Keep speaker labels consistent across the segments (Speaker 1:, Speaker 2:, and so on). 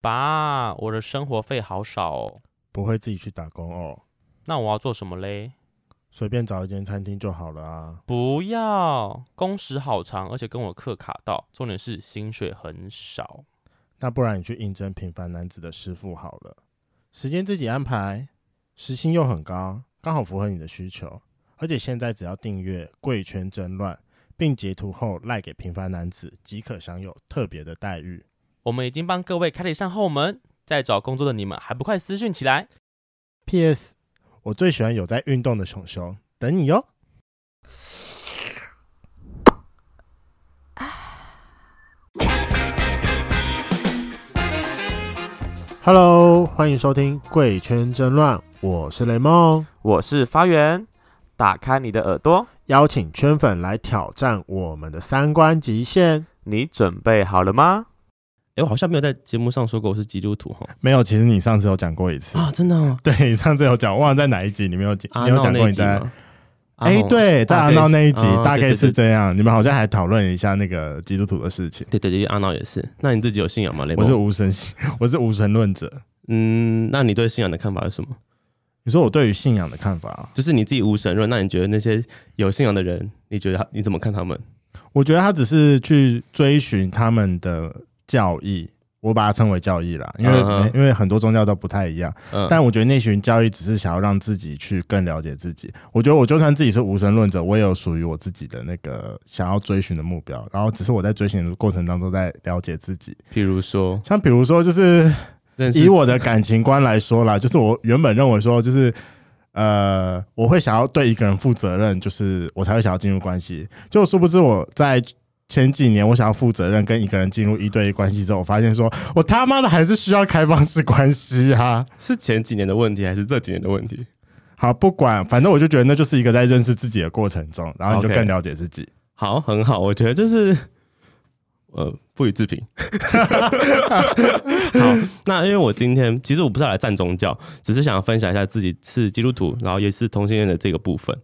Speaker 1: 爸，我的生活费好少、哦，
Speaker 2: 不会自己去打工哦，
Speaker 1: 那我要做什么嘞？
Speaker 2: 随便找一间餐厅就好了啊。
Speaker 1: 不要，工时好长，而且跟我课卡到，重点是薪水很少。
Speaker 2: 那不然你去应征平凡男子的师傅好了，时间自己安排，时薪又很高，刚好符合你的需求。而且现在只要订阅《贵圈争乱》，并截图后赖给平凡男子，即可享有特别的待遇。
Speaker 1: 我们已经帮各位开了一扇后门，在找工作的你们还不快私讯起来？
Speaker 2: P.S. 我最喜欢有在运动的熊熊，等你哦哟。Hello，欢迎收听《贵圈争乱》，我是雷梦，
Speaker 1: 我是发源，打开你的耳朵，
Speaker 2: 邀请圈粉来挑战我们的三观极限。
Speaker 1: 你准备好了吗？哎，我好像没有在节目上说过我是基督徒哈
Speaker 2: 没有，其实你上次有讲过一次，啊
Speaker 1: 啊，真的哦，
Speaker 2: 对，你上次有讲，忘了在哪一集，你没有讲，
Speaker 1: 阿
Speaker 2: 你有
Speaker 1: 闹
Speaker 2: 讲
Speaker 1: 那
Speaker 2: 过
Speaker 1: 一
Speaker 2: 你
Speaker 1: 集
Speaker 2: 在
Speaker 1: 吗？阿
Speaker 2: 哎、
Speaker 1: 红，
Speaker 2: 对，在
Speaker 1: 大
Speaker 2: 阿
Speaker 1: 概
Speaker 2: 闹
Speaker 1: 是
Speaker 2: 那一集
Speaker 1: 哦
Speaker 2: 大
Speaker 1: 对
Speaker 2: 概
Speaker 1: 对
Speaker 2: 是
Speaker 1: 对
Speaker 2: 这样，你们好像还讨论一下那个基督徒的事情。
Speaker 1: 对对对，阿闹也是。那你自己有信仰吗？雷
Speaker 2: 我
Speaker 1: 蒙
Speaker 2: 是无神信，我是无神论者。
Speaker 1: 嗯，那你对信仰的看法是什么？
Speaker 2: 你说我对于信仰的看法啊，
Speaker 1: 就是你自己无神论，那你觉得那些有信仰的人，你觉得他你怎么看他们？
Speaker 2: 我觉得他只是去追寻他们的教义，我把它称为教义啦，因为、
Speaker 1: 嗯哼
Speaker 2: 因为很多宗教都不太一样。
Speaker 1: 嗯，
Speaker 2: 但我觉得那群教义只是想要让自己去更了解自己。我觉得我就算自己是无神论者，我也有属于我自己的那个想要追寻的目标。然后只是我在追寻的过程当中在了解自己。
Speaker 1: 比如说，
Speaker 2: 像比如说，就是
Speaker 1: 认识
Speaker 2: 以我的感情观来说啦，就是我原本认为说，就是呃，我会想要对一个人负责任，就是我才会想要进入关系。就殊不知我在前几年我想要负责任跟一个人进入一对一关系之后，我发现说我他妈的还是需要开放式关系啊。
Speaker 1: 是前几年的问题还是这几年的问题？
Speaker 2: 好，不管，反正我就觉得那就是一个在认识自己的过程中，然后你就
Speaker 1: OK
Speaker 2: 更了解自己。
Speaker 1: 好，很好，我觉得就是呃不予置评。 好，那因为我今天其实我不是要来站宗教，只是想分享一下自己是基督徒，然后也是同性恋的这个部分。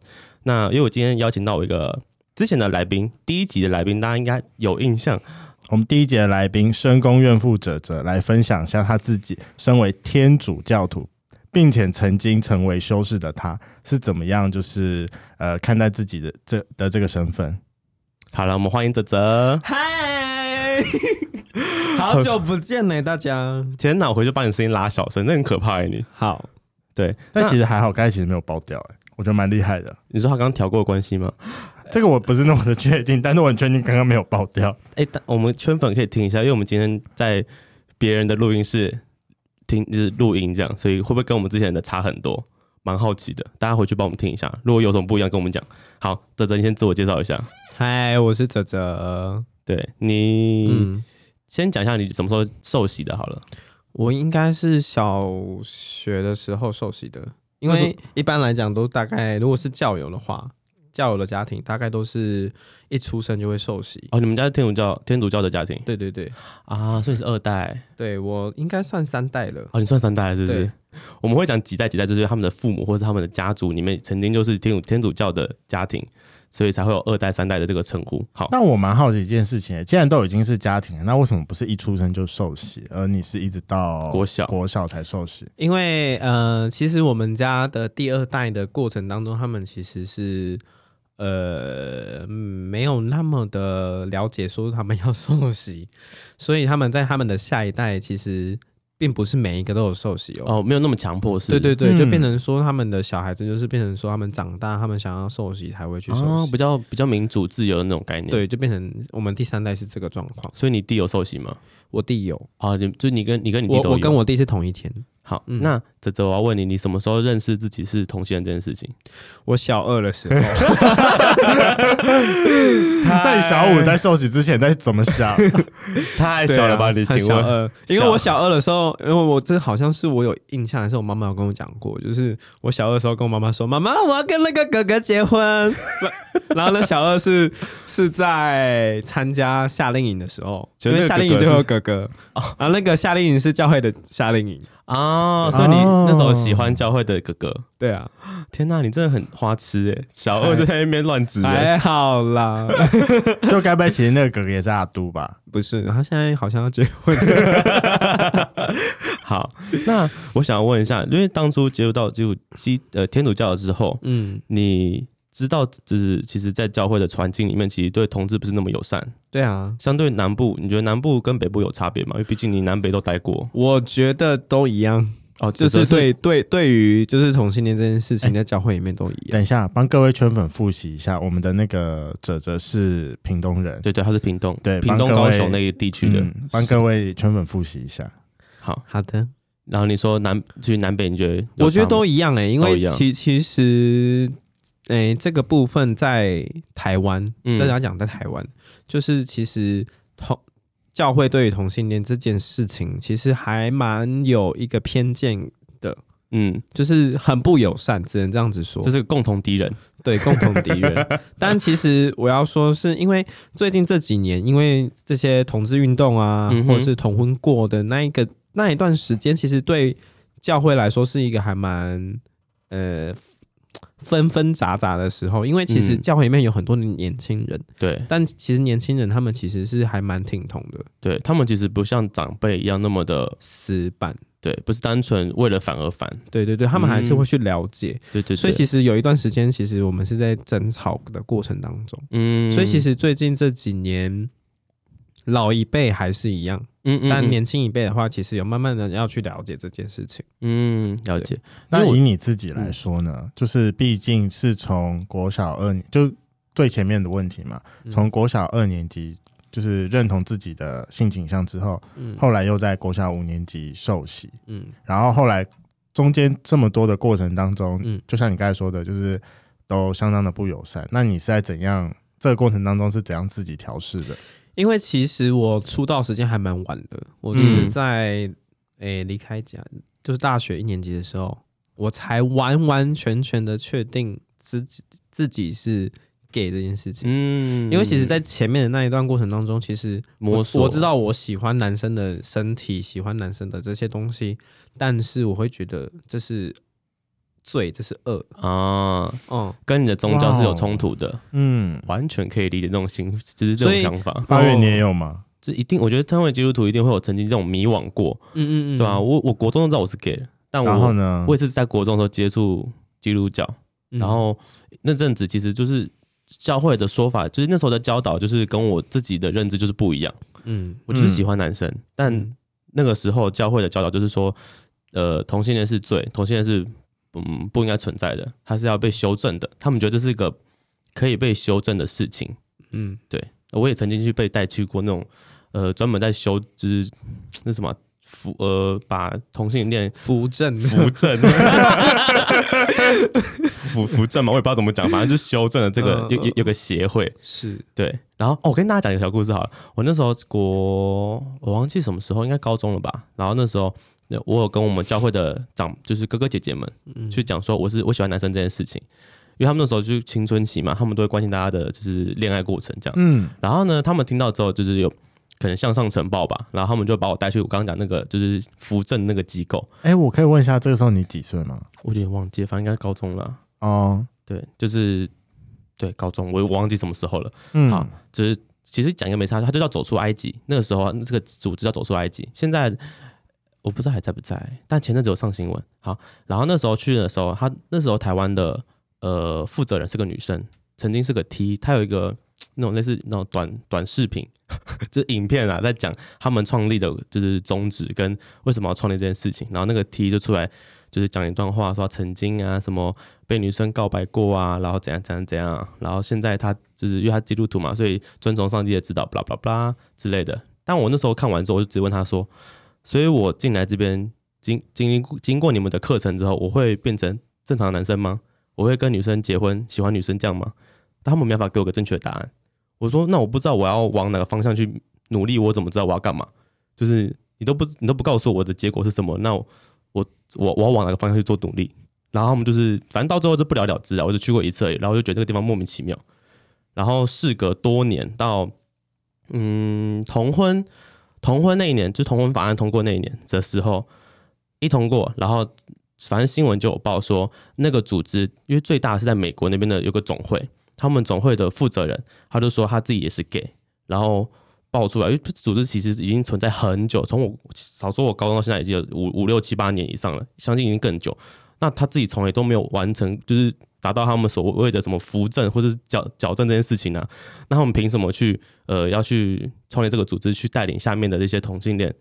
Speaker 1: 那因为我今天邀请到我一个之前的来宾，第一集的来宾，大家应该有印象，
Speaker 2: 我们第一节的来宾深宫怨妇哲哲来分享一下他自己身为天主教徒，并且曾经成为修士的他是怎么样，就是呃看待自己的这的这个身份。
Speaker 1: 好了，我们欢迎泽泽。
Speaker 3: 嗨，好久不见呢，大家。
Speaker 1: 天哪，我回去把你声音拉小声，那很可怕欸耶！你
Speaker 3: 好，
Speaker 1: 对，
Speaker 2: 但
Speaker 1: 那
Speaker 2: 其实还好，刚才其实没有爆掉、欸，我觉得蛮厉害的。
Speaker 1: 你说他刚调过的关系吗？
Speaker 2: 这个我不是那么的确定，但是我很确定刚刚没有爆掉。
Speaker 1: 哎、但我们圈粉可以听一下，因为我们今天在别人的录音室听，就是录音这样，所以会不会跟我们之前的差很多？蛮好奇的，大家回去帮我们听一下，如果有什么不一样，跟我们讲。好，泽泽，你先自我介绍一下。
Speaker 3: 嗨，我是哲哲。
Speaker 1: 对你、
Speaker 3: 嗯，
Speaker 1: 先讲一下你什么时候受洗的，好了。
Speaker 3: 我应该是小学的时候受洗的，因
Speaker 1: 那
Speaker 3: 为一般来讲都大概，如果是教友的话，教友的家庭大概都是一出生就会受洗。
Speaker 1: 哦，你们家是天主教天主教的家庭
Speaker 3: 对对对，
Speaker 1: 啊，所以你是二代
Speaker 3: 对我应该算三代了。
Speaker 1: 哦，你算三代是不是
Speaker 3: 对？
Speaker 1: 我们会讲几代几代，就是他们的父母或是他们的家族里面曾经就是天主天主教的家庭，所以才会有二代三代的这个称呼。好，
Speaker 2: 那我蛮好奇一件事情、欸，既然都已经是家庭了，那为什么不是一出生就受洗，而你是一直到
Speaker 1: 国小
Speaker 2: 国小才受洗？
Speaker 3: 因为呃，其实我们家的第二代的过程当中，他们其实是呃嗯没有那么的了解说他们要受洗，所以他们在他们的下一代其实并不是每一个都有受洗哦。
Speaker 1: 哦，没有那么强迫是？
Speaker 3: 对对对，
Speaker 2: 嗯
Speaker 3: 就变成说他们的小孩子就是变成说他们长大，他们想要受洗才会去受洗。
Speaker 1: 啊，比较比较民主自由的那种概念。，
Speaker 3: 对，就变成我们第三代是这个状况。
Speaker 1: 所以你弟有受洗吗？
Speaker 3: 我弟有，
Speaker 1: 啊，你就你跟你跟你弟
Speaker 3: 我
Speaker 1: 都有。
Speaker 3: 我跟我弟是同一天。
Speaker 1: 好，
Speaker 3: 嗯
Speaker 1: 那泽泽，我要问你，你什么时候认识自己是同性恋这件事情？
Speaker 3: 我小二的时候，
Speaker 2: 那你小五在受洗之前在怎么想？
Speaker 1: 太
Speaker 3: 对
Speaker 1: 小了吧？
Speaker 3: 啊
Speaker 1: 你
Speaker 3: 很
Speaker 1: 请
Speaker 3: 小
Speaker 1: 问，
Speaker 3: 二，因为
Speaker 1: 小
Speaker 3: 我小二的时候，因为我这好像是我有印象，还是我妈妈有跟我讲过，就是我小二的时候跟我妈妈说，妈妈我要跟那个哥哥结婚。 然后呢，小二是是在参加夏令营的时候，
Speaker 1: 就
Speaker 3: 因
Speaker 1: 那个
Speaker 3: 为夏令营
Speaker 1: 哥哥
Speaker 3: 就是哦有哥哥，然后那个夏令营是教会的夏令营，
Speaker 1: 啊，所以你
Speaker 2: 哦哦
Speaker 1: 那时候喜欢教会的哥哥。
Speaker 3: 对啊，
Speaker 1: 天呐，你真的很花痴哎！小二就在那边乱指人，
Speaker 3: 还好啦，
Speaker 2: 就该不会其实那个哥哥也是阿都吧？
Speaker 3: 不是，他现在好像要结婚，
Speaker 1: 好，那我想问一下，因为当初接触到就基呃天主教了之后，
Speaker 3: 嗯，
Speaker 1: 你知道就是其实，在教会的环境里面，其实对同志不是那么友善。
Speaker 3: 对啊，
Speaker 1: 相对南部，你觉得南部跟北部有差别吗？因为毕竟你南北都待过
Speaker 3: 我觉得都一样，
Speaker 1: 哦，
Speaker 3: 就
Speaker 1: 指
Speaker 3: 是哎
Speaker 1: 的
Speaker 3: 对对对于就是同性恋这件事情，在教会里面都一样。
Speaker 2: 等一下，帮各位圈粉复习一下，我们的那个哲哲是屏东人，
Speaker 1: 对对，他是屏东，
Speaker 2: 对
Speaker 1: 屏
Speaker 2: 帮
Speaker 1: 东
Speaker 2: 各
Speaker 1: 高
Speaker 2: 位
Speaker 1: 雄那个地区的。
Speaker 2: 嗯帮各位圈粉复习一下。
Speaker 1: 好，
Speaker 3: 好的，
Speaker 1: 然后你说南去南北，你觉得有差吗？
Speaker 3: 我觉得都一样哎、因
Speaker 1: 都
Speaker 3: 为
Speaker 1: 一样
Speaker 3: 其其实，哎、这个部分在台湾，
Speaker 1: 嗯
Speaker 3: 大家讲在台湾，就是其实同教会对于同性恋这件事情，其实还蛮有一个偏见，
Speaker 1: 嗯，
Speaker 3: 就是很不友善，只能这样子说
Speaker 1: 这。是共同敌人。
Speaker 3: 对，共同敌人。但其实我要说，是因为最近这几年，因为这些同志运动啊，
Speaker 1: 嗯哼
Speaker 3: 或者是同婚过的那一个那一段时间，其实对教会来说是一个还蛮呃纷纷杂杂的时候，因为其实
Speaker 1: 嗯
Speaker 3: 教会里面有很多的年轻人，
Speaker 1: 对
Speaker 3: 但其实年轻人他们其实是还蛮挺同的，
Speaker 1: 对，他们其实不像长辈一样那么的
Speaker 3: 死板。
Speaker 1: 对，不是单纯为了反而反。
Speaker 3: 对对对，他们还是
Speaker 1: 嗯
Speaker 3: 会去了解，
Speaker 1: 对对对，
Speaker 3: 所以其
Speaker 1: 实
Speaker 3: 实有一段时间，其实我们是在争吵的过程当中。
Speaker 1: 嗯
Speaker 3: 所以其
Speaker 1: 实
Speaker 3: 实最近这几年，老一辈还是一样，
Speaker 1: 嗯嗯
Speaker 3: 但
Speaker 1: 嗯
Speaker 3: 年轻一辈的话，其实有慢慢的要去了解这件事情。
Speaker 1: 嗯了解。
Speaker 2: 那
Speaker 1: 因为
Speaker 2: 以
Speaker 1: 我
Speaker 2: 你自己来说呢，就是
Speaker 3: 嗯
Speaker 2: 毕竟是从国小二年，就最前面的问题嘛，
Speaker 3: 嗯
Speaker 2: 从国小二年级就是认同自己的性倾向之后，
Speaker 3: 嗯
Speaker 2: 后来又在国小五年级受洗，
Speaker 3: 嗯
Speaker 2: 然后后来中间这么多的过程当中，
Speaker 3: 嗯
Speaker 2: 就像你刚才说的，就是都相当的不友善。那你是在怎样这个过程当中是怎样自己调试的？
Speaker 3: 因为其实我出道时间还蛮晚的，我是
Speaker 1: 嗯
Speaker 3: 在诶离、开家，就是大学一年级的时候，我才完完全全的确定自己自己是 gay 这件事情。
Speaker 1: 嗯，
Speaker 3: 因为其实，在前面的那一段过程当中，其实
Speaker 1: 摸
Speaker 3: 我
Speaker 1: 索
Speaker 3: 我知道我喜欢男生的身体，喜欢男生的这些东西，但是我会觉得这是罪，这是恶。
Speaker 1: 啊，
Speaker 3: 嗯，
Speaker 1: 跟你的宗教是有
Speaker 2: 哇哦
Speaker 1: 冲突的，
Speaker 2: 嗯，
Speaker 1: 完全可以理解这种心，就是这种
Speaker 3: 所以
Speaker 1: 想法。
Speaker 2: 发源你也有吗？
Speaker 1: 这一定，我觉得身为基督徒一定会有曾经这种迷惘过，
Speaker 3: 嗯嗯嗯，
Speaker 1: 对啊，我我国中都知道我是 gay，的但
Speaker 2: 然后
Speaker 1: 我
Speaker 2: 呢？
Speaker 1: 我也是在国中的时候接触基督教，
Speaker 3: 嗯
Speaker 1: 然后那阵子其实就是教会的说法，就是那时候的教导，就是跟我自己的认知就是不一样。
Speaker 3: 嗯，
Speaker 1: 我就是喜欢男生，但
Speaker 3: 嗯
Speaker 1: 那个时候教会的教导就是说，呃，同性恋是罪，同性恋是嗯不应该存在的，它是要被修正的。他们觉得这是一个可以被修正的事情。
Speaker 3: 嗯
Speaker 1: 我也曾经去被带去过那种呃专门在修之那什么啊扶呃把同性恋
Speaker 3: 扶正，
Speaker 1: 扶 正，扶扶正嘛，我也不知道怎么讲，反正就是修正了这个
Speaker 3: 嗯
Speaker 1: 有有有个协会，
Speaker 3: 是
Speaker 1: 对。然后哦，我跟大家讲一个小故事好了，我那时候国我忘记什么时候，应该高中了吧。然后那时候呃我有跟我们教会的长就是哥哥姐姐们
Speaker 3: 嗯
Speaker 1: 去讲说我是我喜欢男生这件事情，因为他们那时候就是青春期嘛，他们都会关心大家的就是恋爱过程这样。
Speaker 2: 嗯，
Speaker 1: 然后呢，他们听到之后就是有可能向上呈报吧，然后他们就把我带去我刚刚讲那个就是扶正那个机构，
Speaker 2: 哎、我可以问一下，这个时候你几岁吗？
Speaker 1: 我有点忘记，反正应该是高中了，
Speaker 2: 哦，
Speaker 1: 对，就是对高中，我我忘记什么时候了，
Speaker 2: 嗯，
Speaker 1: 好就是其实讲一个没差，他就叫走出埃及，那个时候啊这个组织叫走出埃及，现在。我不知道还在不在，但前阵子有上新闻。好，然后那时候去的时候，他那时候台湾的呃负责人是个女生，曾经是个 T，她有一个那种类似那种短短视频， 就是影片啊，在讲他们创立的就是宗旨跟为什么要创立这件事情。然后那个 T 就出来就是讲一段话，说她曾经啊什么被女生告白过啊，然后怎样怎样怎样，然后现在他就是因为他基督徒嘛，所以遵从上帝的指导，blah blah blah 之类的。但我那时候看完之后，我就直接问他说，所以我进来这边经经历过经过你们的课程之后，我会变成正常的男生吗？我会跟女生结婚，喜欢女生这样吗？但他们没办法给我个正确的答案。我说，那我不知道我要往哪个方向去努力，我怎么知道我要干嘛？就是你都不你都不告诉我我的结果是什么，那我我我我要往哪个方向去做努力？然后他们就是反正到最后就不了了之啊，我就去过一次而已，然后我就觉得这个地方莫名其妙。然后事隔多年到嗯同婚同婚那一年，就同婚法案通过那一年的时候，一通过，然后反正新闻就有报说，那个组织因为最大是在美国那边的有个总会，他们总会的负责人他就说他自己也是 gay，然后爆出来，因为组织其实已经存在很久，从我少说我高中到现在已经有五五六七八年以上了，相信已经更久。那他自己从来都没有完成，就是达到他们所谓的什么扶正或者矫矫正这件事情呢、啊？那他们凭什么去呃要去创立这个组织，去带领下面的这些同性恋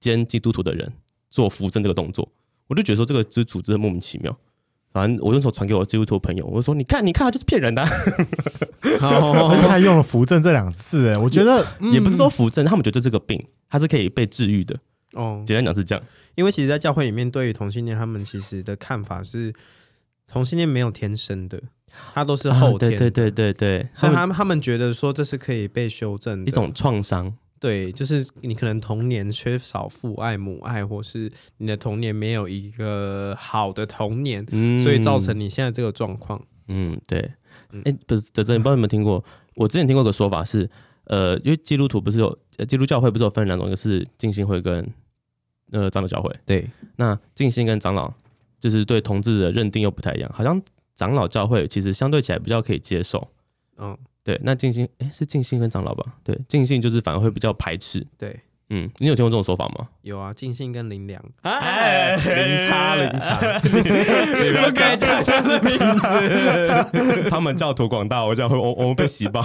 Speaker 1: 兼基督徒的人做扶正这个动作？我就觉得说这个这组织很莫名其妙。反正我那时候传给我基督徒朋友，我就说你看你看他就是骗人的啊、
Speaker 2: 而且他还用了扶正这两个字， 哎，我觉得
Speaker 3: 嗯
Speaker 1: 也不是说扶正，他们觉得这是个病，它是可以被治愈的。
Speaker 3: 哦，
Speaker 1: 简单讲是这样，
Speaker 3: 因为其实，在教会里面，对于同性恋，他们其实的看法是，同性恋没有天生的，他都是后
Speaker 1: 啊对
Speaker 3: 天。
Speaker 1: 对对对对，
Speaker 3: 所以
Speaker 1: 他们
Speaker 3: 他们他们觉得说这是可以被修正的
Speaker 1: 一种创伤。
Speaker 3: 对，就是你可能童年缺少父爱母爱，或是你的童年没有一个好的童年，
Speaker 1: 嗯
Speaker 3: 所以造成你现在这个状况。
Speaker 1: 嗯，对，哎、不是哲哲，你不知道有没有听过？我之前听过一个说法是，呃，因为基督徒不是有呃基督教会不是有分两种，一个是浸信会跟呃长老教会。
Speaker 3: 对，
Speaker 1: 那浸信跟长老就是对同志的认定又不太一样，好像长老教会其实相对起来比较可以接受。
Speaker 3: 嗯，
Speaker 1: 对，那浸信哎、是浸信跟长老吧？对，浸信就是反而会比较排斥。
Speaker 3: 对，
Speaker 1: 嗯，你有听过这种说法吗？
Speaker 3: 有啊，尽兴跟林 良，
Speaker 1: 哎
Speaker 3: 零差零差， 不
Speaker 1: 可以
Speaker 3: 讲这样的名字。
Speaker 1: 他们教徒广大，我这样会我我们被洗 爆，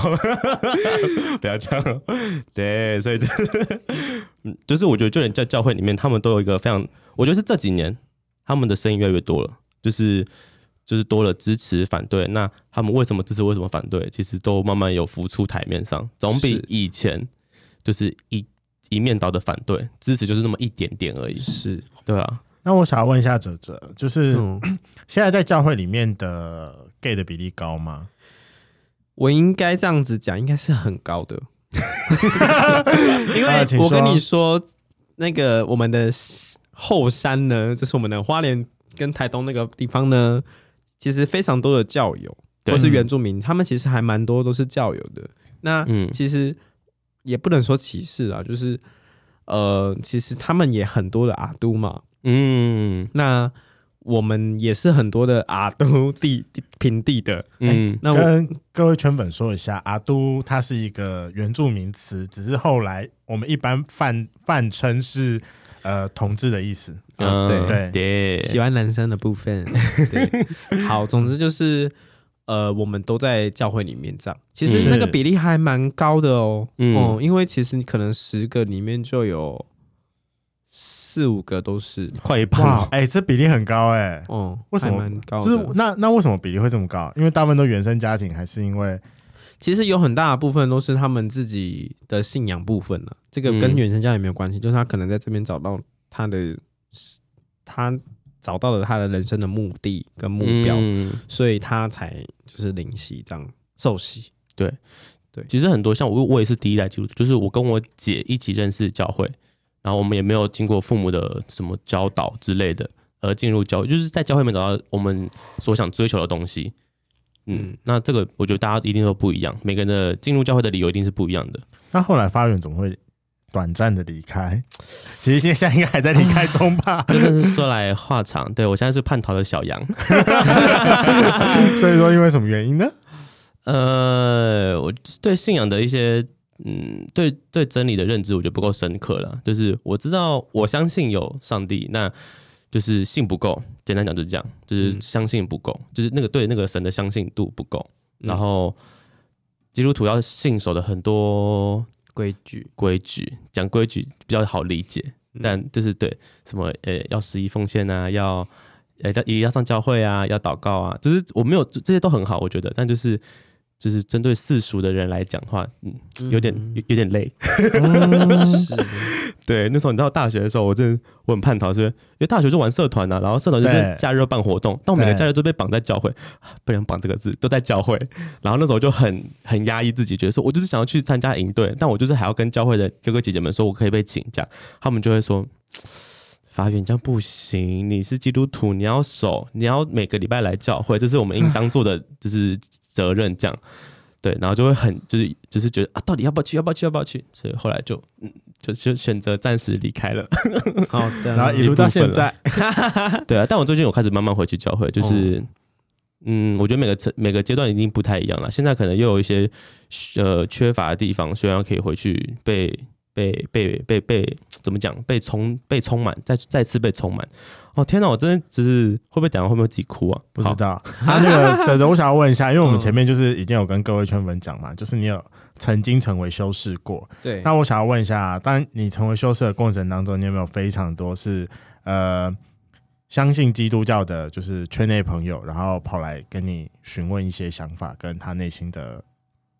Speaker 1: 不要这样。对，所以就是嗯就是我觉得，就连在教会里面，他们都有一个非常，我觉得是这几年他们的声音越来越多了，就是就是多了支持、反对。那他们为什么支持，为什么反对，其实都慢慢有浮出台面上，总比
Speaker 3: 是
Speaker 1: 以前就是一一面倒的反对支持，就是那么一点点而已。
Speaker 3: 是，
Speaker 1: 对啊，
Speaker 2: 那我想要问一下哲哲，就是
Speaker 3: 嗯，
Speaker 2: 现在在教会里面的 gay 的比例高吗？
Speaker 3: 我应该这样子讲，应该是很高的，因
Speaker 2: 啊
Speaker 3: 为
Speaker 2: 请
Speaker 3: 我跟
Speaker 2: 说
Speaker 3: 你说，那个我们的后山呢，就是我们的花莲跟台东那个地方呢，其实非常多的教友
Speaker 1: 对
Speaker 3: 或是原住民，他们其实还蛮多都是教友的。那
Speaker 1: 嗯
Speaker 3: 其实也不能说歧视啊，就是呃，其实他们也很多的阿都嘛，
Speaker 1: 嗯
Speaker 3: 那我们也是很多的阿都地地平地的，
Speaker 1: 嗯，
Speaker 3: 那我
Speaker 2: 跟各位圈粉说一下，阿都它是一个原住民词，只是后来我们一般泛泛称是呃同志的意思。
Speaker 3: 啊对
Speaker 1: 嗯对
Speaker 3: 喜欢男生的 部分。对，好，总之就是呃，我们都在教会里面这样，其实
Speaker 1: 嗯
Speaker 3: 那个比例还蛮高的哦。
Speaker 1: 嗯
Speaker 3: 哦，因为其实你可能十个里面就有四五个都是，
Speaker 1: 快一半了
Speaker 2: 哇，哎、这比例很高哎、
Speaker 3: 哦，
Speaker 2: 为什么
Speaker 3: 还蛮高
Speaker 2: 就是
Speaker 3: 的。
Speaker 2: 那那为什么比例会这么高？因为大部分都原生家庭，还是因为
Speaker 3: 其实有很大的部分都是他们自己的信仰部分了，这个跟
Speaker 1: 嗯
Speaker 3: 原生家庭没有关系，就是他可能在这边找到他的他。找到了他的人生的目的跟目标，
Speaker 1: 嗯
Speaker 3: 所以他才就是灵洗这样受洗。
Speaker 1: 其实很多像我，我也是第一代基督徒，就是我跟我姐一起认识教会，然后我们也没有经过父母的什么教导之类的，而进入教会，就是在教会里面找到我们所想追求的东西。嗯，
Speaker 3: 嗯
Speaker 1: 那这个我觉得大家一定都不一样，每个人的进入教会的理由一定是不一样的。，
Speaker 2: 那后来发源总会短暂的离开，其实现在应该还在离开中吧
Speaker 1: 真的是说来话长，对我现在是叛逃的小羊。
Speaker 2: 所以说因为什么原因呢？
Speaker 1: 呃，我对信仰的一些，嗯，对对真理的认知，我觉得不够深刻了。就是我知道，我相信有上帝，那就是信不够。简单讲就是这样，就是
Speaker 3: 嗯
Speaker 1: 相信不够，就是那个对那个神的相信度不够。
Speaker 3: 嗯
Speaker 1: 然后基督徒要信守的很多
Speaker 3: 规矩，
Speaker 1: 规矩，讲规矩比较好理解，
Speaker 3: 嗯
Speaker 1: 但就是对什么呃要十一奉献啊，要呃要也要上教会啊，要祷告啊，就是我没有这些都很好，我觉得，但就是就是针对世俗的人来讲话，嗯，有点有有点累。
Speaker 3: 是
Speaker 1: 对，那时候你知道大学的时候，我真的我很叛逃，是因为因为大学就玩社团啊，然后社团就是
Speaker 2: 对
Speaker 1: 假日办活动，但我每个
Speaker 2: 对
Speaker 1: 假日都被绑在教会，啊不能绑这个字，都在教会。然后那时候就很很压抑自己，觉得说我就是想要去参加营队，但我就是还要跟教会的哥哥姐姐们说我可以被请假，他们就会说。法院这样不行，你是基督徒，你要守，你要每个礼拜来教会，这是我们应当做的， 就是责任这样。对，然后就会很就是就是觉得啊，到底要不要去，要不要去，要不要去？所以后来就嗯，就就选择暂时离开了。
Speaker 3: 好的，
Speaker 2: 然后一路到现在，
Speaker 1: 对啊，但我最近有开始慢慢回去教会，
Speaker 3: 哦
Speaker 1: 就是，嗯，我觉得每个层每个阶段一定不太一样了。现在可能又有一些呃缺乏的地方，虽然可以回去被被被被被怎么讲被充被充满，再再次被充满。哦天哪，我真的只是会不会讲会不会自己哭啊？
Speaker 2: 不知
Speaker 1: 好，
Speaker 2: 道。 嗯啊，那个哲哲，我想要问一下，因为我们前面就是已经有跟各位圈粉讲嘛，就是你有曾经成为修士过，
Speaker 3: 对，
Speaker 2: 那我想要问一下，当你成为修士的过程当中，你有没有非常多是呃相信基督教的，就是圈内朋友，然后跑来跟你询问一些想法，跟他内心的，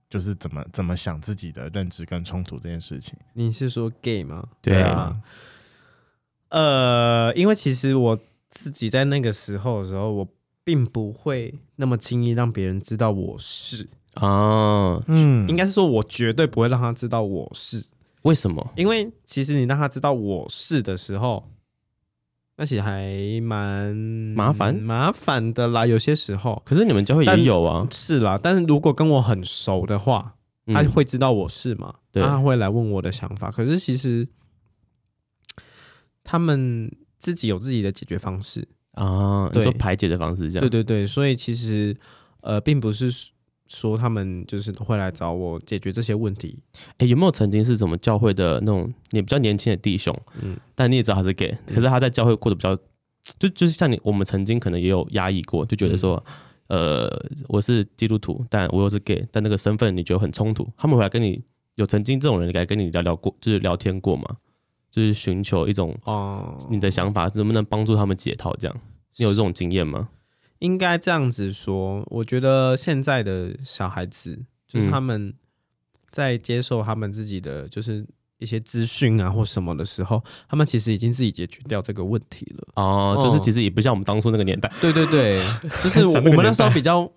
Speaker 2: 就是怎么怎么想自己的认知跟冲突这件事情？
Speaker 3: 你是说 gay 吗？
Speaker 1: 对
Speaker 2: 啊，
Speaker 3: 呃，因为其实我自己在那个时候的时候，我并不会那么轻易让别人知道我是，
Speaker 1: 啊，
Speaker 2: 嗯
Speaker 3: 应该是说我绝对不会让他知道我是，
Speaker 1: 为什么？
Speaker 3: 因为其实你让他知道我是的时候，那其实还蛮
Speaker 1: 麻烦
Speaker 3: 麻烦的啦。有些时候
Speaker 1: 可是你们教会也
Speaker 3: 但
Speaker 1: 有啊，
Speaker 3: 是啦，但是如果跟我很熟的话，他
Speaker 1: 嗯
Speaker 3: 会知道我是嘛，
Speaker 1: 对
Speaker 3: 他会来问我的想法。可是其实呃他们自己有自己的解决方式，
Speaker 1: 啊，你
Speaker 3: 对
Speaker 1: 说排解的方式是这
Speaker 3: 对
Speaker 1: 样，
Speaker 3: 对对，所以其实呃，并不是说他们就是会来找我解决这些问题。
Speaker 1: 哎，有没有曾经是什么教会的那种你比较年轻的弟兄，
Speaker 3: 嗯，
Speaker 1: 但你也知道他是 gay，可是他在教会过得比较，就就是像你，我们曾经可能也有压抑过，就觉得说，呃，我是基督徒，但我又是 gay，但那个身份你觉得很冲突，他们会来跟你有曾经这种人来跟你聊聊过，就是聊天过吗？就是寻求一种
Speaker 3: 哦、
Speaker 1: 你的想法能不能帮助他们解套，这样你有这种经验吗？
Speaker 3: 应该这样子说，我觉得现在的小孩子就是
Speaker 1: 嗯
Speaker 3: 他们在接受他们自己的就是一些资讯啊或什么的时候，他们其实已经自己解决掉这个问题了。
Speaker 1: 哦，
Speaker 3: 哦
Speaker 1: 就是其实也不像我们当初那个年代
Speaker 3: 对对对，就是我
Speaker 1: 想那个
Speaker 3: 我们那
Speaker 1: 年
Speaker 3: 时候
Speaker 1: 代
Speaker 3: 比较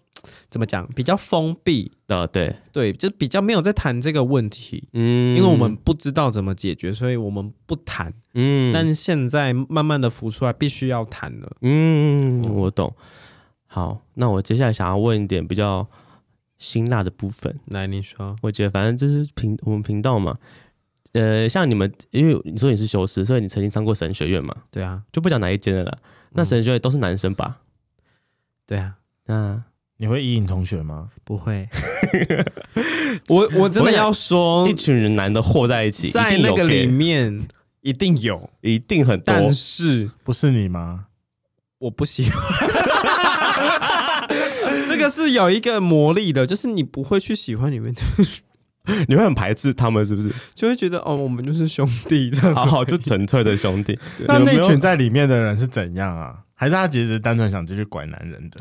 Speaker 3: 怎么讲，比较封闭，
Speaker 1: 的，对，
Speaker 3: 对，就比较没有在谈这个问题，
Speaker 1: 嗯
Speaker 3: 因为我们，不知道怎么解决，所以我们不谈。
Speaker 1: 嗯
Speaker 3: 但是现在慢慢的浮出来，必须要谈了。
Speaker 1: 嗯，
Speaker 3: 嗯
Speaker 1: 我懂。好，那我接下来想要问一点比较辛辣的部分。
Speaker 3: 来，你说，
Speaker 1: 我觉得反正这是频我们频道嘛，呃，像你们，因为你说你是修士，所以你曾经上过神学院嘛，
Speaker 3: 对啊，
Speaker 1: 就不讲哪一间的了啦。
Speaker 3: 嗯
Speaker 1: 那神学院都是男生吧？
Speaker 3: 对啊，
Speaker 1: 那
Speaker 2: 你会意淫同学吗？
Speaker 3: 不会。我我真
Speaker 1: 不
Speaker 3: 的
Speaker 1: 会啊
Speaker 3: 要说
Speaker 1: 一，群人男的和在一起，
Speaker 3: 嗯在
Speaker 1: 一定
Speaker 3: 那
Speaker 1: 有
Speaker 3: 个
Speaker 1: gay，
Speaker 3: 里面一定有，
Speaker 1: 一定很多。
Speaker 3: 但是
Speaker 2: 不是你吗？
Speaker 3: 我不喜欢。 这个是有一个魔力的，就是你不会去喜欢里面的
Speaker 1: 你会很排斥他们是不是？
Speaker 3: 就会觉得哦，我们就是兄弟这样。
Speaker 1: 好 好，就纯粹的兄弟。
Speaker 2: 那
Speaker 1: 有没有
Speaker 2: 那群在里面的人是怎样啊？还是他其实单纯想继续拐男人的？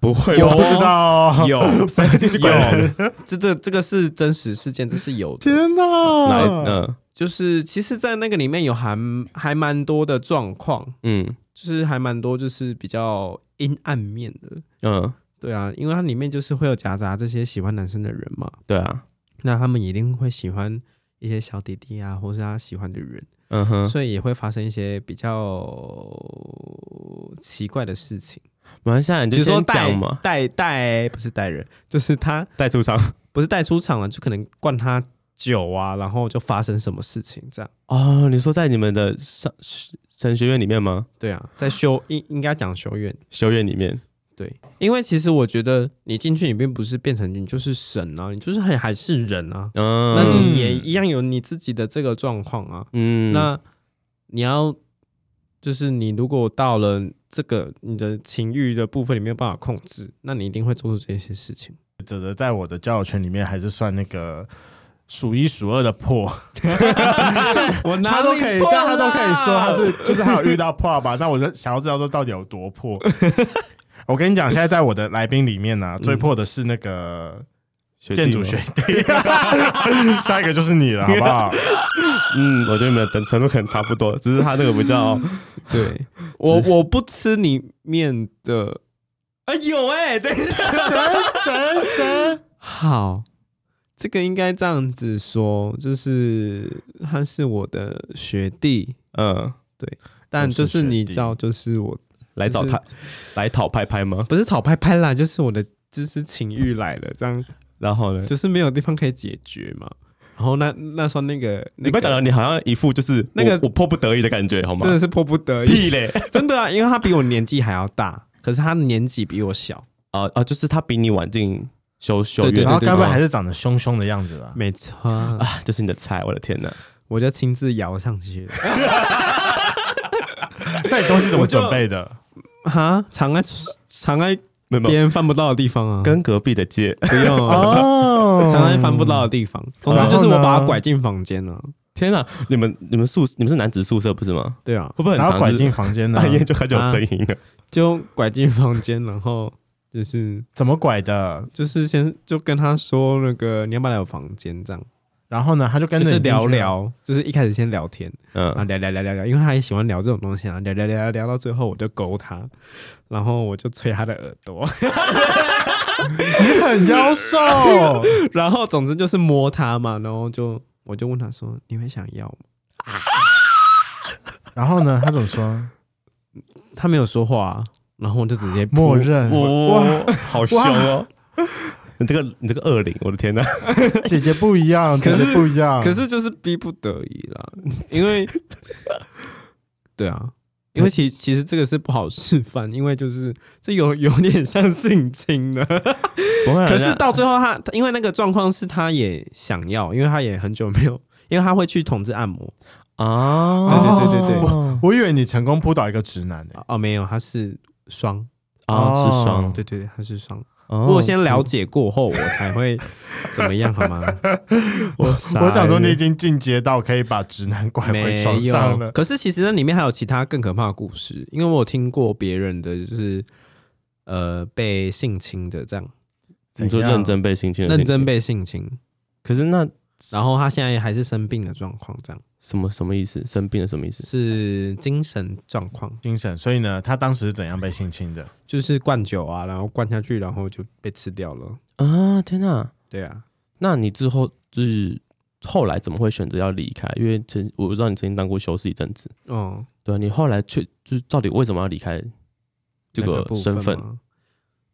Speaker 1: 不会
Speaker 3: 有啊
Speaker 2: 我不知道哦。
Speaker 3: 有
Speaker 2: 谁会继续拐男人？
Speaker 3: 这这这个是真实事件，这是有的。
Speaker 2: 天
Speaker 1: 来，
Speaker 2: 哪！
Speaker 3: 哦
Speaker 1: 嗯
Speaker 3: 就是其实，在那个里面有还还蛮多的状况，
Speaker 1: 嗯
Speaker 3: 就是还蛮多就是比较阴暗面的。
Speaker 1: 嗯，
Speaker 3: 对啊，因为它里面就是会有夹杂这些喜欢男生的人嘛，
Speaker 1: 对啊，
Speaker 3: 那他们一定会喜欢一些小弟弟啊，或是他喜欢的人，
Speaker 1: 嗯哼。
Speaker 3: 所以也会发生一些比较奇怪的事情。
Speaker 1: 马来西亚你
Speaker 3: 比
Speaker 1: 就
Speaker 3: 如说
Speaker 1: 先
Speaker 3: 带
Speaker 1: 讲嘛，
Speaker 3: 带带不是带人，就是他
Speaker 1: 带出场。
Speaker 3: 不是带出场了，就可能灌他酒啊，然后就发生什么事情这样。
Speaker 1: 哦，你说在你们的上神学院里面吗？
Speaker 3: 对啊，在修应应该讲修院，
Speaker 1: 修院里面，
Speaker 3: 对，因为其实我觉得你进去，你并不是变成你就是神啊，你就是还还是人啊，那
Speaker 1: 嗯，
Speaker 3: 你也一样有你自己的这个状况啊。
Speaker 1: 嗯，
Speaker 3: 那你要就是你如果到了这个你的情欲的部分，你没有办法控制，那你一定会做出这些事情。
Speaker 2: 哲哲在我的交友圈里面还是算那个数一数二的破，
Speaker 3: 我
Speaker 2: 他都可以，这样他都可以说他是就是他有遇到破吧？那我就想要知道说到底有多破。 我跟你讲，现在在我的来宾里面呢、最破的是那个
Speaker 1: 学弟
Speaker 2: 建筑
Speaker 1: 吗
Speaker 2: 学，弟， 下一个就是你了，好不好？
Speaker 1: 嗯，我觉得你们的程度可能差不多，只是他那个比较，
Speaker 3: 对 我我不吃你面的啊，有哎、对，
Speaker 2: 神神神，
Speaker 3: 好，这个应该这样子说，就是他是我的学弟，
Speaker 1: 嗯，
Speaker 3: 但
Speaker 2: 是
Speaker 3: 就是
Speaker 2: 学
Speaker 3: 你
Speaker 2: 弟
Speaker 3: 知道，就是我
Speaker 1: 来找
Speaker 3: 就是
Speaker 1: 他，来讨拍拍吗？
Speaker 3: 不是讨拍拍啦，就是我的就是情欲来了，这样
Speaker 1: 然后呢，
Speaker 3: 就是没有地方可以解决嘛。然后那那时候那个，那
Speaker 1: 你不要讲
Speaker 3: 个
Speaker 1: 了，你好像一副就是
Speaker 3: 那个
Speaker 1: 我我迫不得已的感觉，好吗
Speaker 3: 真？的是迫不得已，
Speaker 1: 屁 嘞！
Speaker 3: 真的啊，因为他比我年纪还要大，可是他年纪比我小，
Speaker 1: 啊啊，就是他比你晚进修修
Speaker 3: 对
Speaker 1: 院
Speaker 2: 然后
Speaker 3: 对
Speaker 2: 该不会
Speaker 3: 对
Speaker 2: 还是长得凶凶的样子吧？
Speaker 3: 没错，
Speaker 1: 啊，这是你的菜，我的天哪！
Speaker 3: 我就亲自摇上去 了，
Speaker 2: 那你东西怎么
Speaker 3: 我就
Speaker 2: 准备的？
Speaker 3: 哈，藏在藏在
Speaker 1: 没有没
Speaker 3: 别
Speaker 1: 有，
Speaker 3: 人翻不到的地方啊，
Speaker 1: 跟隔壁的街，
Speaker 3: 不用啊，
Speaker 2: 哦
Speaker 3: 藏在翻不到的地方，
Speaker 1: 哦
Speaker 3: 总之就是我把他拐进房间了，
Speaker 1: 天哪！你们你们宿你们是男子宿舍不是吗？
Speaker 3: 对啊，
Speaker 1: 会不会很
Speaker 2: 然后
Speaker 1: 常
Speaker 2: 拐
Speaker 1: 就是
Speaker 2: 进房间 呢？
Speaker 1: 半夜就开始有声音了？
Speaker 3: 就拐进房间，然后就是
Speaker 2: 怎么拐的？
Speaker 3: 就是先就跟他说那个你要不要来我房间这样，
Speaker 2: 然后呢，他就跟
Speaker 3: 就
Speaker 2: 着
Speaker 3: 是
Speaker 2: 你进去
Speaker 1: 啊
Speaker 3: 聊
Speaker 2: 了。
Speaker 3: 聊，就是一开始先聊天。然后
Speaker 1: 嗯，
Speaker 3: 聊聊聊聊聊，因为他也喜欢聊这种东西啊，聊聊聊聊聊到最后，我就勾他，然后我就吹他的耳朵，
Speaker 2: 你很妖兽，
Speaker 3: 然后总之就是摸他嘛，然后就我就问他说：“你会想要吗
Speaker 2: 然后呢，他怎么 说？？”
Speaker 3: 他没有说话啊、然后我就直接
Speaker 2: 默
Speaker 3: 扑
Speaker 2: 认
Speaker 1: 哇，好凶哦！你这个你这个恶灵，我的天哪！
Speaker 2: 姐姐不一样，姐
Speaker 3: 可是
Speaker 2: 姐不一样。
Speaker 3: 可是就是逼不得已啦， 因为对啊，因为其其实这个是不好示范，因为就是这有有点像性侵的。
Speaker 1: 不会啊
Speaker 3: 可
Speaker 1: 人
Speaker 3: 是
Speaker 1: 家
Speaker 3: 到最后他，他因为那个状况是他也想要，因为他也很久没有，因为他会去统治按摩。
Speaker 1: 啊，
Speaker 3: 对对对对对
Speaker 1: 哦
Speaker 2: 我以为你成功扑倒一个直男呢、
Speaker 3: 哦哦，没有，他是双，
Speaker 1: 啊，是双，
Speaker 3: 对对对，他是双。
Speaker 1: 哦
Speaker 3: 我先了解过后，我 才会怎么样，好吗？
Speaker 1: 我
Speaker 2: 我想说，你已经进阶到可以把直男拐回
Speaker 3: 没
Speaker 2: 床上
Speaker 3: 有。
Speaker 2: 了。
Speaker 3: 可是其实那里面还有其他更可怕的故事，因为我有听过别人的，就是呃被性侵的这样，
Speaker 1: 你就
Speaker 2: 怎样
Speaker 1: 认，真被性侵，
Speaker 3: 认真。被性侵，
Speaker 1: 可是那
Speaker 3: 然后他现在还是生病的状况，这样
Speaker 1: 什么什么意思？生病了什么意思？
Speaker 3: 是精神状况，
Speaker 2: 精神。所以呢，他当时是怎样被性侵的？
Speaker 3: 就是灌酒啊，然后灌下去，然后就被吃掉了。
Speaker 1: 啊，天哪！
Speaker 3: 对啊，
Speaker 1: 那你之后就是后来怎么会选择要离开？因为曾我知道你曾经当过修士一阵子，
Speaker 3: 哦，
Speaker 1: 对啊、你后来却就是到底为什么要离开这
Speaker 3: 那
Speaker 1: 个
Speaker 3: 部
Speaker 1: 身份？
Speaker 3: 吗。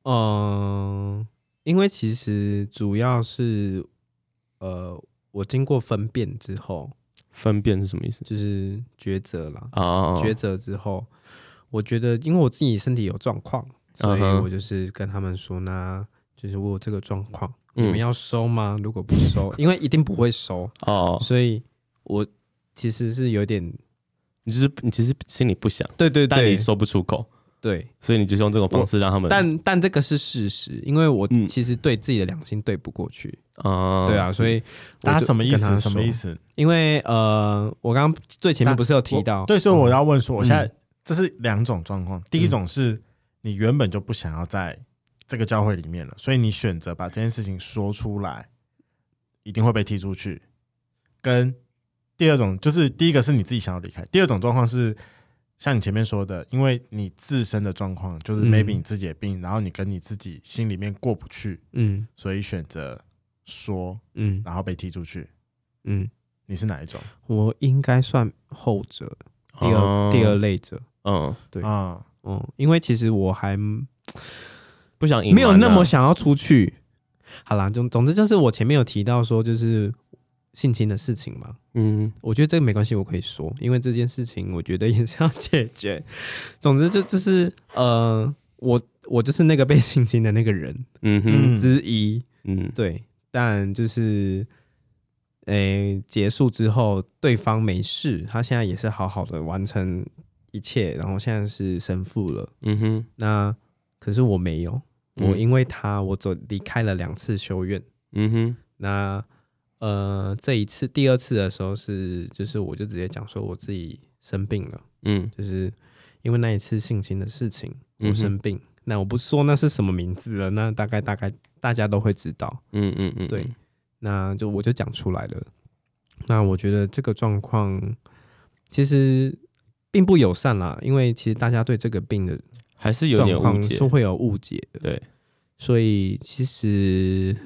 Speaker 3: 嗯、因为其实主要是呃，我经过分辨之后，
Speaker 1: 分辨是什么意思？
Speaker 3: 就是抉择啦，
Speaker 1: 啊啊，啊
Speaker 3: 抉择之后，我觉得因为我自己身体有状况，所
Speaker 1: 嗯
Speaker 3: 以
Speaker 1: 哼
Speaker 3: 我就是跟他们说呢，就是我有这个状况，你们
Speaker 1: 嗯
Speaker 3: 要收吗？如果不收，因为一定不会收，
Speaker 1: 哦，
Speaker 3: 所以我其实是有点
Speaker 1: 你就是你其实心里不想，
Speaker 3: 对对
Speaker 1: 但
Speaker 3: 对
Speaker 1: 你说不出口，
Speaker 3: 对，
Speaker 1: 所以你就是用这种方式让他们。
Speaker 3: 但但这个是事实，因为我
Speaker 1: 嗯
Speaker 3: 其实对自己的良心对不过去，
Speaker 1: 啊，
Speaker 3: 对啊，所以我
Speaker 2: 他
Speaker 3: 就
Speaker 2: 什么意
Speaker 3: 跟他
Speaker 2: 思？
Speaker 3: 说
Speaker 2: 什么意？思？
Speaker 3: 因为呃，我刚刚最前面不是有提到，
Speaker 2: 我对，所以我要问说，我
Speaker 3: 嗯
Speaker 2: 现在这是两种状况。第一种是你原本就不想要在这个教会里面了，所以你选择把这件事情说出来，一定会被踢出去。跟第二种就是第一个是你自己想要离开，第二种状况是像你前面说的，因为你自身的状况就是
Speaker 3: 嗯
Speaker 2: maybe 你自己的病，然后你跟你自己心里面过不去，
Speaker 3: 嗯
Speaker 2: 所以选择说，
Speaker 3: 嗯
Speaker 2: 然后被踢出去。
Speaker 3: 嗯，
Speaker 2: 你是哪一种？
Speaker 3: 我应该算后者，第二、
Speaker 1: 哦
Speaker 3: 第二，类者，
Speaker 1: 嗯，
Speaker 3: 对
Speaker 2: 啊、
Speaker 3: 嗯，因为其实我还没
Speaker 1: 不想隐瞒啊
Speaker 3: 有那么想要出去。好啦，总总之就是我前面有提到说，就是性侵的事情嘛，
Speaker 1: 嗯，
Speaker 3: 我觉得这个没关系，我可以说，因为这件事情我觉得也是要解决。 总之就就是呃，我我就是那个被性侵的那个人
Speaker 1: 嗯哼，
Speaker 2: 嗯
Speaker 3: 之一，
Speaker 1: 嗯，
Speaker 3: 对，但就是。诶、结束之后，对方没事，他现在也是好好的完成一切，然后现在是神父了。
Speaker 1: 嗯哼，
Speaker 3: 那可是我没有，
Speaker 1: 嗯
Speaker 3: 我因为他，我走离开了两次修院。
Speaker 1: 嗯哼，
Speaker 3: 那呃，这一次第二次的时候是，就是我就直接讲说我自己生病了，
Speaker 1: 嗯，
Speaker 3: 就是因为那一次性侵的事情，
Speaker 1: 嗯
Speaker 3: 我
Speaker 1: 哼
Speaker 3: 生病。那我不说那是什么名字了，那大概大概大家都会知道。
Speaker 1: 嗯嗯嗯，
Speaker 3: 对，那就我就讲出来了。那我觉得这个状况其实并不友善啦，因为其实大家对这个病的
Speaker 1: 还是有
Speaker 3: 状
Speaker 1: 点误
Speaker 3: 况
Speaker 1: 解
Speaker 3: 是，会有误解的。
Speaker 1: 对，
Speaker 3: 所以其实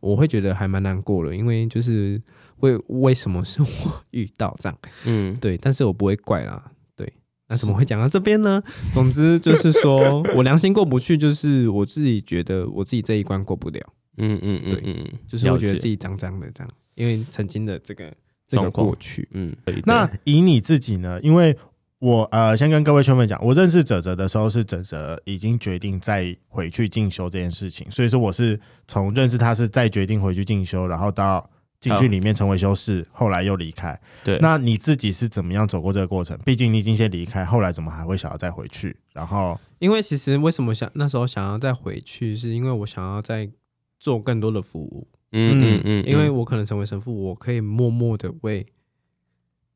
Speaker 3: 我会觉得还蛮难过的，因为就是为为什么是 我遇到这样？
Speaker 1: 嗯，
Speaker 3: 对，但是我不会怪啦。对，那怎么会讲到这边呢？总之就是说我良心过不去，就是我自己觉得我自己这一关过不了，
Speaker 1: 嗯嗯嗯嗯，
Speaker 3: 就是我觉
Speaker 1: 了
Speaker 3: 得
Speaker 1: 解
Speaker 3: 自己脏脏的这样。因为曾经的这个这个
Speaker 1: 状况
Speaker 3: 过去，
Speaker 1: 嗯，对
Speaker 2: 那以你自己呢？因为我呃，先跟各位圈粉讲，我认识哲哲的时候是哲哲已经决定再回去进修这件事情，所以说我是从认识他是再决定回去进修，然后到进去里面成为修士，后来又离开。
Speaker 1: 对
Speaker 2: 那你自己是怎么样走过这个过程？毕竟你已经先离开，后来怎么还会想要再回去？然后
Speaker 3: 因为其实为什么想那时候想要再回去，是因为我想要再做更多的服务，
Speaker 1: 嗯嗯嗯，
Speaker 3: 因为
Speaker 1: 嗯
Speaker 3: 我可能成为神父，我可以默默的为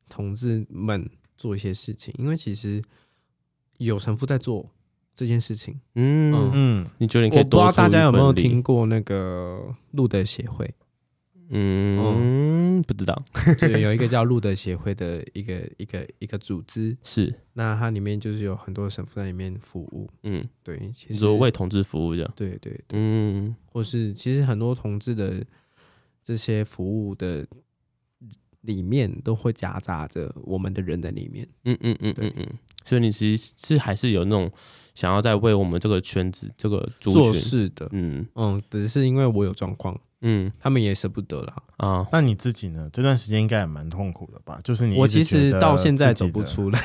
Speaker 3: 同志们做一些事情，因为其实有神父在做这件事情。
Speaker 1: 嗯嗯，
Speaker 2: 嗯，
Speaker 1: 你觉得你可
Speaker 3: 我
Speaker 1: 以
Speaker 3: 不知道
Speaker 1: 多出
Speaker 3: 大家有没有
Speaker 1: 一份力
Speaker 3: 听？过那个路德协会，哦
Speaker 1: 嗯，不知道，
Speaker 3: 就是有一个叫路德协会的一个一个一个组织，
Speaker 1: 是
Speaker 3: 那它里面就是有很多神父在里面服务。
Speaker 1: 嗯，
Speaker 3: 对，其
Speaker 1: 你
Speaker 3: 实
Speaker 1: 说为同志服务这样，
Speaker 3: 对对，
Speaker 1: 嗯
Speaker 3: 或是其实很多同志的这些服务的里面都会夹杂着我们的人在里面。
Speaker 1: 嗯嗯嗯
Speaker 3: 对
Speaker 1: 嗯嗯，所以你其实是还是有那种想要在为我们这个圈子这个族
Speaker 3: 做
Speaker 1: 群，
Speaker 3: 事的，
Speaker 1: 嗯
Speaker 3: 嗯，只是因为我有状况，
Speaker 1: 嗯
Speaker 3: 他们也舍不得啦。
Speaker 1: 啊，
Speaker 2: 那你自己呢？这段时间应该也蛮痛苦的吧？就是你一直
Speaker 3: 我其实
Speaker 2: 觉得
Speaker 3: 到现在
Speaker 2: 自
Speaker 3: 走
Speaker 2: 己的
Speaker 3: 不，出来，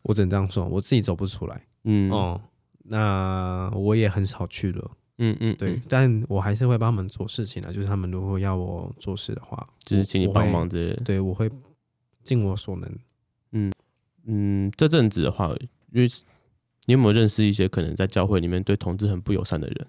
Speaker 3: 我只能这样说，我自己走不出来。
Speaker 1: 嗯
Speaker 3: 哦、那我也很少去了，
Speaker 1: 嗯嗯，
Speaker 3: 对，
Speaker 1: 嗯，
Speaker 3: 但我还是会帮他们做事情啊的。就是他们如果要我做事的话，
Speaker 1: 就是请你
Speaker 3: 我
Speaker 1: 帮忙，之类的
Speaker 3: 我会对我会尽我所能。
Speaker 1: 嗯，这阵子的话，因为你有没有认识一些可能在教会里面对同志很不友善的人？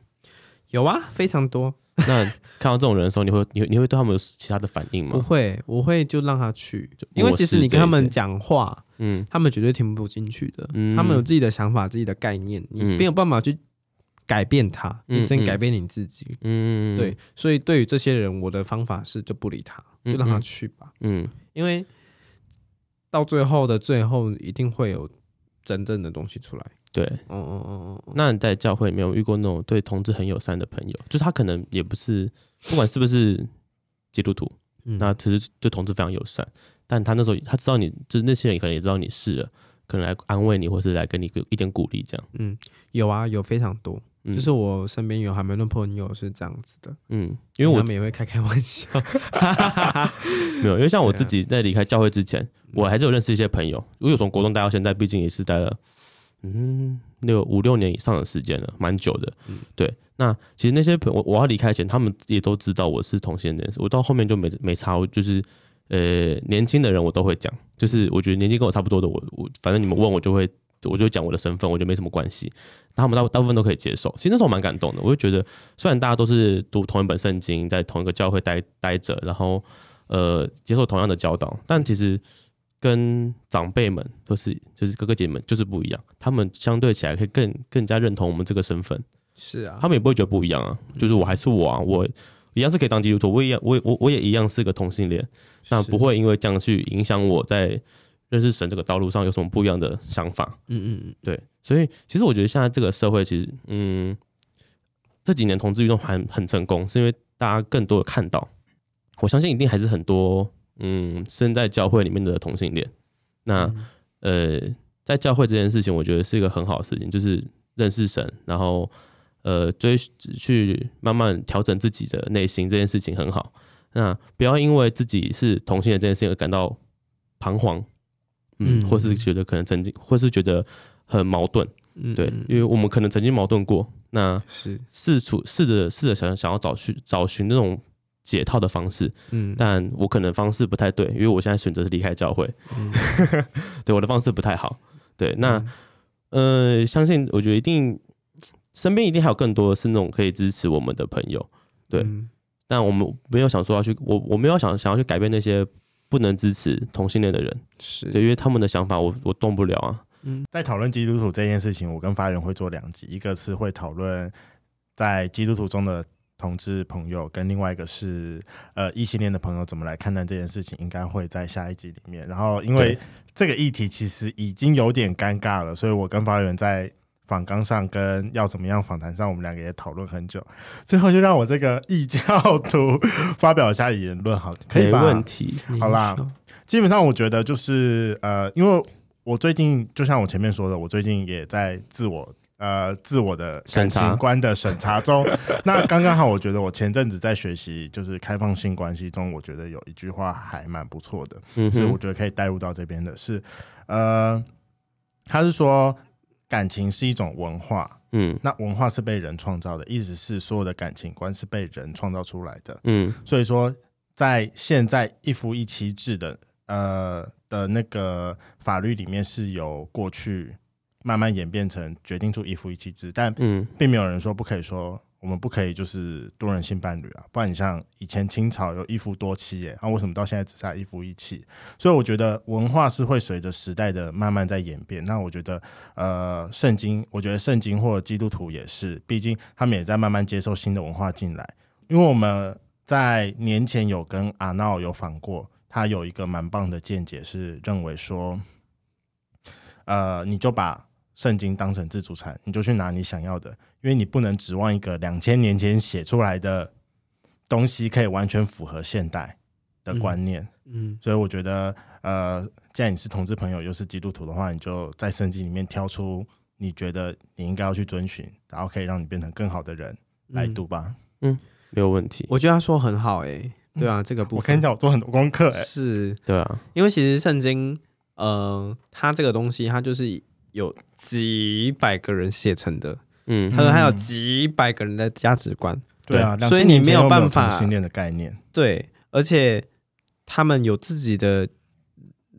Speaker 3: 有啊，非常多，
Speaker 1: 那看到这种人的时候，你会你会你会对他们有其他的反应
Speaker 3: 不
Speaker 1: 吗？
Speaker 3: 会，我会就让他去，因
Speaker 1: 漠
Speaker 3: 为
Speaker 1: 视
Speaker 3: 其实你
Speaker 1: 这
Speaker 3: 跟他
Speaker 1: 一
Speaker 3: 们
Speaker 1: 些
Speaker 3: 讲话，
Speaker 1: 嗯
Speaker 3: 他们绝对听不进去的。
Speaker 1: 嗯
Speaker 3: 他们有自己的想法、自己的概念，你
Speaker 1: 嗯
Speaker 3: 没有办法去改变他，
Speaker 1: 嗯
Speaker 3: 你只
Speaker 1: 嗯
Speaker 3: 能改变你自己。
Speaker 1: 嗯，
Speaker 3: 对，，所以对于这些人，我的方法是就不理他，就让
Speaker 1: 嗯
Speaker 3: 他
Speaker 1: 嗯
Speaker 3: 去吧，
Speaker 1: 嗯
Speaker 3: 因为到最后的最后，一定会有真正的东西出来。
Speaker 1: 对。
Speaker 3: 哦哦哦哦，
Speaker 1: 那你在教会里面有遇过那种对同志很友善的朋友？就是他可能也不是，不管是不是基督徒，
Speaker 3: 嗯
Speaker 1: 那其实对同志非常友善，但他那时候他知道你，就是那些人可能也知道你是了，可能来安慰你，或是来跟你一个一点鼓励这样。
Speaker 3: 嗯，有啊，有非常多，
Speaker 1: 嗯、
Speaker 3: 就是我身边有还蛮多朋友是这样子的，
Speaker 1: 嗯，因为我
Speaker 3: 他们也会开开玩笑。
Speaker 1: 没有，因为像我
Speaker 3: 对啊
Speaker 1: 自己在离开教会之前，我还是有认识一些朋友。因为我从国中待到现在，毕竟也是待了嗯六五六年以上的时间了，蛮久的。
Speaker 3: 嗯
Speaker 1: 对，那其实那些朋友，我我要离开前，他们也都知道我是同性恋，我到后面就没没差，我就是呃年轻的人我都会讲，就是我觉得年纪跟我差不多的，我我反正你们问我就会。我就讲我的身份，我觉得没什么关系。他们大大部分都可以接受。其实那时候我蛮感动的，我就觉得虽然大家都是读同一本圣经，在同一个教会待待着，然后呃接受同样的教导，但其实跟长辈们，就是就是哥哥姐姐们，就是不一样。他们相对起来可以更更加认同我们这个身份，
Speaker 3: 是啊，
Speaker 1: 他们也不会觉得不一样啊。就是我还是我啊，我一样是可以当基督徒，我一样我也我我也一样是个同性恋，那
Speaker 3: 是
Speaker 1: 不，会因为这样去影响我在认识神这个道路上有什么不一样的想法。
Speaker 3: 嗯嗯嗯。
Speaker 1: 对，所以其实我觉得现在这个社会，其实嗯，这几年同志运动很很成功，是因为大家更多的看到，我相信一定还是很多嗯身在教会里面的同性恋。
Speaker 3: 嗯
Speaker 1: 那、呃，在教会这件事情，我觉得是一个很好的事情，就是认识神，然后呃追去慢慢调整自己的内心，这件事情很好。那不要因为自己是同性恋这件事情而感到彷徨，嗯，
Speaker 3: 嗯
Speaker 1: 或是觉得可能曾经，或是觉得很矛盾，
Speaker 3: 嗯
Speaker 1: 对，
Speaker 3: 嗯
Speaker 1: 因为我们可能曾经矛盾过，那
Speaker 3: 是，
Speaker 1: 试处试着试着想想要找去找寻那种解套的方式，
Speaker 3: 嗯，
Speaker 1: 但我可能方式不太对，因为我现在选择是离开教会，
Speaker 3: 嗯
Speaker 1: 对我的方式不太好，对，那、
Speaker 3: 嗯
Speaker 1: 呃，相信我觉得一定身边一定还有更多的是那种可以支持我们的朋友，对
Speaker 3: 嗯
Speaker 1: 但我们没有想说要去，我我没有想想要去改变那些不能支持同性恋的人，
Speaker 3: 是
Speaker 1: 对，因为他们的想法我我动不了啊，
Speaker 2: 在讨论基督徒这件事情，我跟发源会做两集，一个是会讨论在基督徒中的同志朋友，跟另外一个是呃异性恋的朋友怎么来看待这件事情，应该会在下一集里面。然后因为
Speaker 1: 对
Speaker 2: 这个议题其实已经有点尴尬了，所以我跟发源在。访纲上跟要怎么样访谈上，我们两个也讨论很久，最后就让我这个异教徒 发表一下言论，好，可以
Speaker 1: 没
Speaker 2: 吧？
Speaker 1: 问题，
Speaker 2: 好啦，
Speaker 3: 你说
Speaker 2: 基本上我觉得就是呃，因为我最近就像我前面说的，我最近也在自我呃自我的感
Speaker 1: 审查
Speaker 2: 情观的审查中。 那刚刚好，我觉得我前阵子在学习就是开放性关系中，我觉得有一句话还蛮不错的，
Speaker 1: 嗯
Speaker 2: 所以我
Speaker 1: 哼，
Speaker 2: 觉得可以带入到这边的是，呃，他是说感情是一种文化，
Speaker 1: 嗯
Speaker 2: 那文化是被人创造的，意思是所有的感情观是被人创造出来的。
Speaker 1: 嗯
Speaker 2: 所以说，在现在一夫一妻制的呃的那个法律里面，是由过去慢慢演变成决定出一夫一妻制，但
Speaker 1: 嗯
Speaker 2: 并没有人说不可以说我们不可以就是多人性伴侣啊，不然你像以前清朝有一夫多妻耶，啊那、为什么到现在只剩下一夫一妻？所以我觉得文化是会随着时代的慢慢在演变。那我觉得呃，圣经，我觉得圣经或者基督徒也是，毕竟他们也在慢慢接受新的文化进来。因为我们在年前有跟阿闹有访过，他有一个蛮棒的见解，是认为说，呃，你就把圣经当成自助餐，你就去拿你想要的，因为你不能指望一个两千年前写出来的东西可以完全符合现代的观念。
Speaker 3: 嗯，
Speaker 2: 所以我觉得，呃，既然你是同志朋友又是基督徒的话，你就在圣经里面挑出你觉得你应该要去遵循，然后可以让你变成更好的人来
Speaker 3: 嗯
Speaker 2: 读吧。
Speaker 1: 没有问题，
Speaker 3: 我觉得他说很好哎、对啊，这个
Speaker 2: 嗯
Speaker 3: 部分
Speaker 2: 我跟你讲，我做很多功课、欸，
Speaker 3: 是
Speaker 1: 对啊，
Speaker 3: 因为其实圣经，呃，它这个东西它就是有几百个人写成的，
Speaker 1: 嗯
Speaker 3: 他说他有
Speaker 2: 嗯
Speaker 3: 几百个人的价值观，
Speaker 2: 对啊，
Speaker 3: 所以
Speaker 2: 2000
Speaker 3: 你
Speaker 2: 年
Speaker 3: 没
Speaker 2: 前
Speaker 3: 有
Speaker 2: 又有
Speaker 3: 办法
Speaker 2: 同性恋的概念，
Speaker 3: 对，而且他们有自己的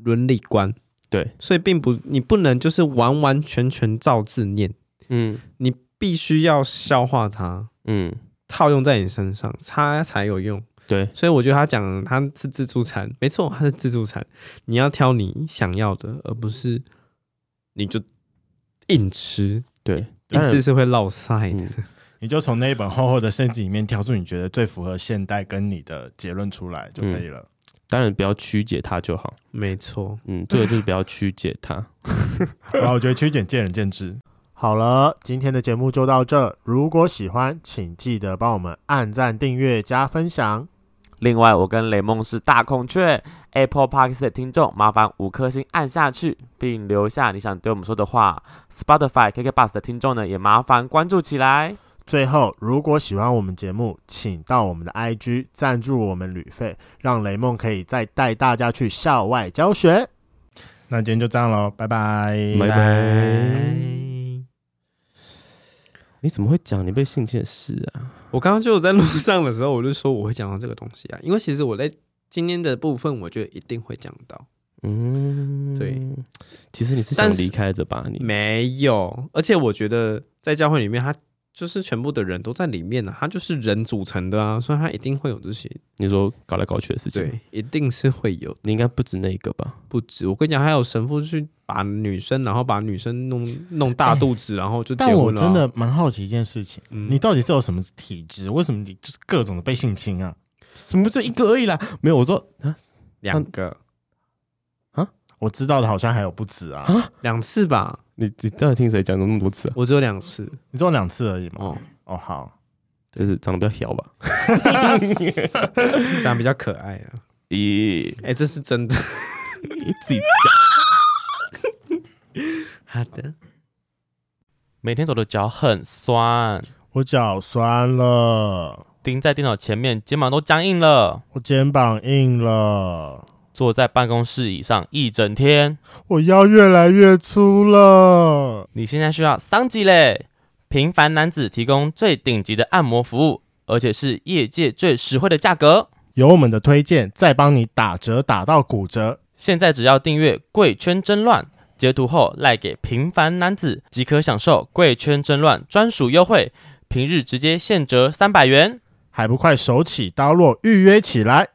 Speaker 3: 伦理观，
Speaker 1: 对，
Speaker 3: 所以并不你不能就是完完全全照字念，
Speaker 1: 嗯
Speaker 3: 必须要消化它，
Speaker 1: 嗯，
Speaker 3: 套用在你身上，它才有用。
Speaker 1: 对，
Speaker 3: 所以我觉得他讲他是自助餐，没错，他是自助餐。你要挑你想要的，而不是你就硬吃，
Speaker 1: 对，
Speaker 3: 一
Speaker 1: 当然
Speaker 3: 次是会落塞的。
Speaker 1: 嗯
Speaker 2: 你就从那一本厚厚的圣经里面挑出你觉得最符合现代跟你的结论出来就可以了。
Speaker 1: 当然不要曲解它就好，
Speaker 3: 没错，
Speaker 1: 嗯，这个就是不要曲解它，
Speaker 2: 然后我觉得曲解见仁见智。嗯 好了，今天的节目就到这。如果喜欢，请记得帮我们按赞、订阅、加分享。
Speaker 4: 另外，我跟雷梦是大孔雀 Apple Park 的听众，麻烦五颗星按下去，并留下你想对我们说的话。Spotify KK Bus 的听众呢，也麻烦关注起来。
Speaker 2: 最后，如果喜欢我们节目，请到我们的 IG 赞助我们旅费，让雷梦可以再带大家去校外教学。那今天就这样喽，拜拜，
Speaker 1: 拜拜。
Speaker 3: 拜
Speaker 1: 你怎么会讲你被性侵的事啊？
Speaker 3: 我刚刚就有在路上的时候，我就说我会讲到这个东西啊，因为其实我在今天的部分，我觉得一定会讲到。
Speaker 1: 嗯，
Speaker 3: 对，
Speaker 1: 其实你是
Speaker 3: 但
Speaker 1: 想
Speaker 3: 是
Speaker 1: 离开的吧？你
Speaker 3: 没有，而且我觉得在教会里面，他就是全部的人都在里面啊，他就是人组成的啊，所以他一定会有这些，
Speaker 1: 你说搞来搞去的事情，
Speaker 3: 对，一定是会有，
Speaker 1: 你应该不止那一个吧？
Speaker 3: 不止。我跟你讲，还有神父去把女生，然后把女生弄弄大肚子，然后就结
Speaker 2: 但我
Speaker 3: 婚了、啊
Speaker 2: 真的，蛮好奇一件事情，
Speaker 3: 嗯
Speaker 2: 你到底是有什么体质？为什么你就是各种的被性侵啊？
Speaker 1: 什么就一个而已啦？没有，我说啊，
Speaker 3: 两个
Speaker 2: 我知道的好像还有不止啊，
Speaker 3: 两次吧，
Speaker 1: 你你到底听谁讲那么多次啊？
Speaker 3: 我只有两次
Speaker 2: 你只有两次而已嘛。
Speaker 3: 哦，
Speaker 2: 哦，好，
Speaker 1: 就是长得比较小吧？
Speaker 3: 这样比较可爱啊。
Speaker 1: 咦，
Speaker 3: 哎、这是 真的。
Speaker 1: 你自己讲。
Speaker 3: 好的。
Speaker 4: 每天走的脚很酸，
Speaker 2: 我脚酸了，
Speaker 4: 盯在电脑前面，肩膀都僵硬了。
Speaker 2: 我肩膀硬了，
Speaker 4: 坐在办公室椅上一整天，
Speaker 2: 我腰越来越粗了。
Speaker 4: 你现在需要桑吉嘞！平凡男子提供最顶级的按摩服务，而且是业界最实惠的价格。
Speaker 2: 有我们的推荐，再帮你打折打到骨折。
Speaker 4: 现在只要订阅“贵圈争乱”，截图后赖给平凡男子，即可享受“贵圈争乱”专属优惠，平日直接现折三百元。
Speaker 2: 还不快手起刀落预约起来！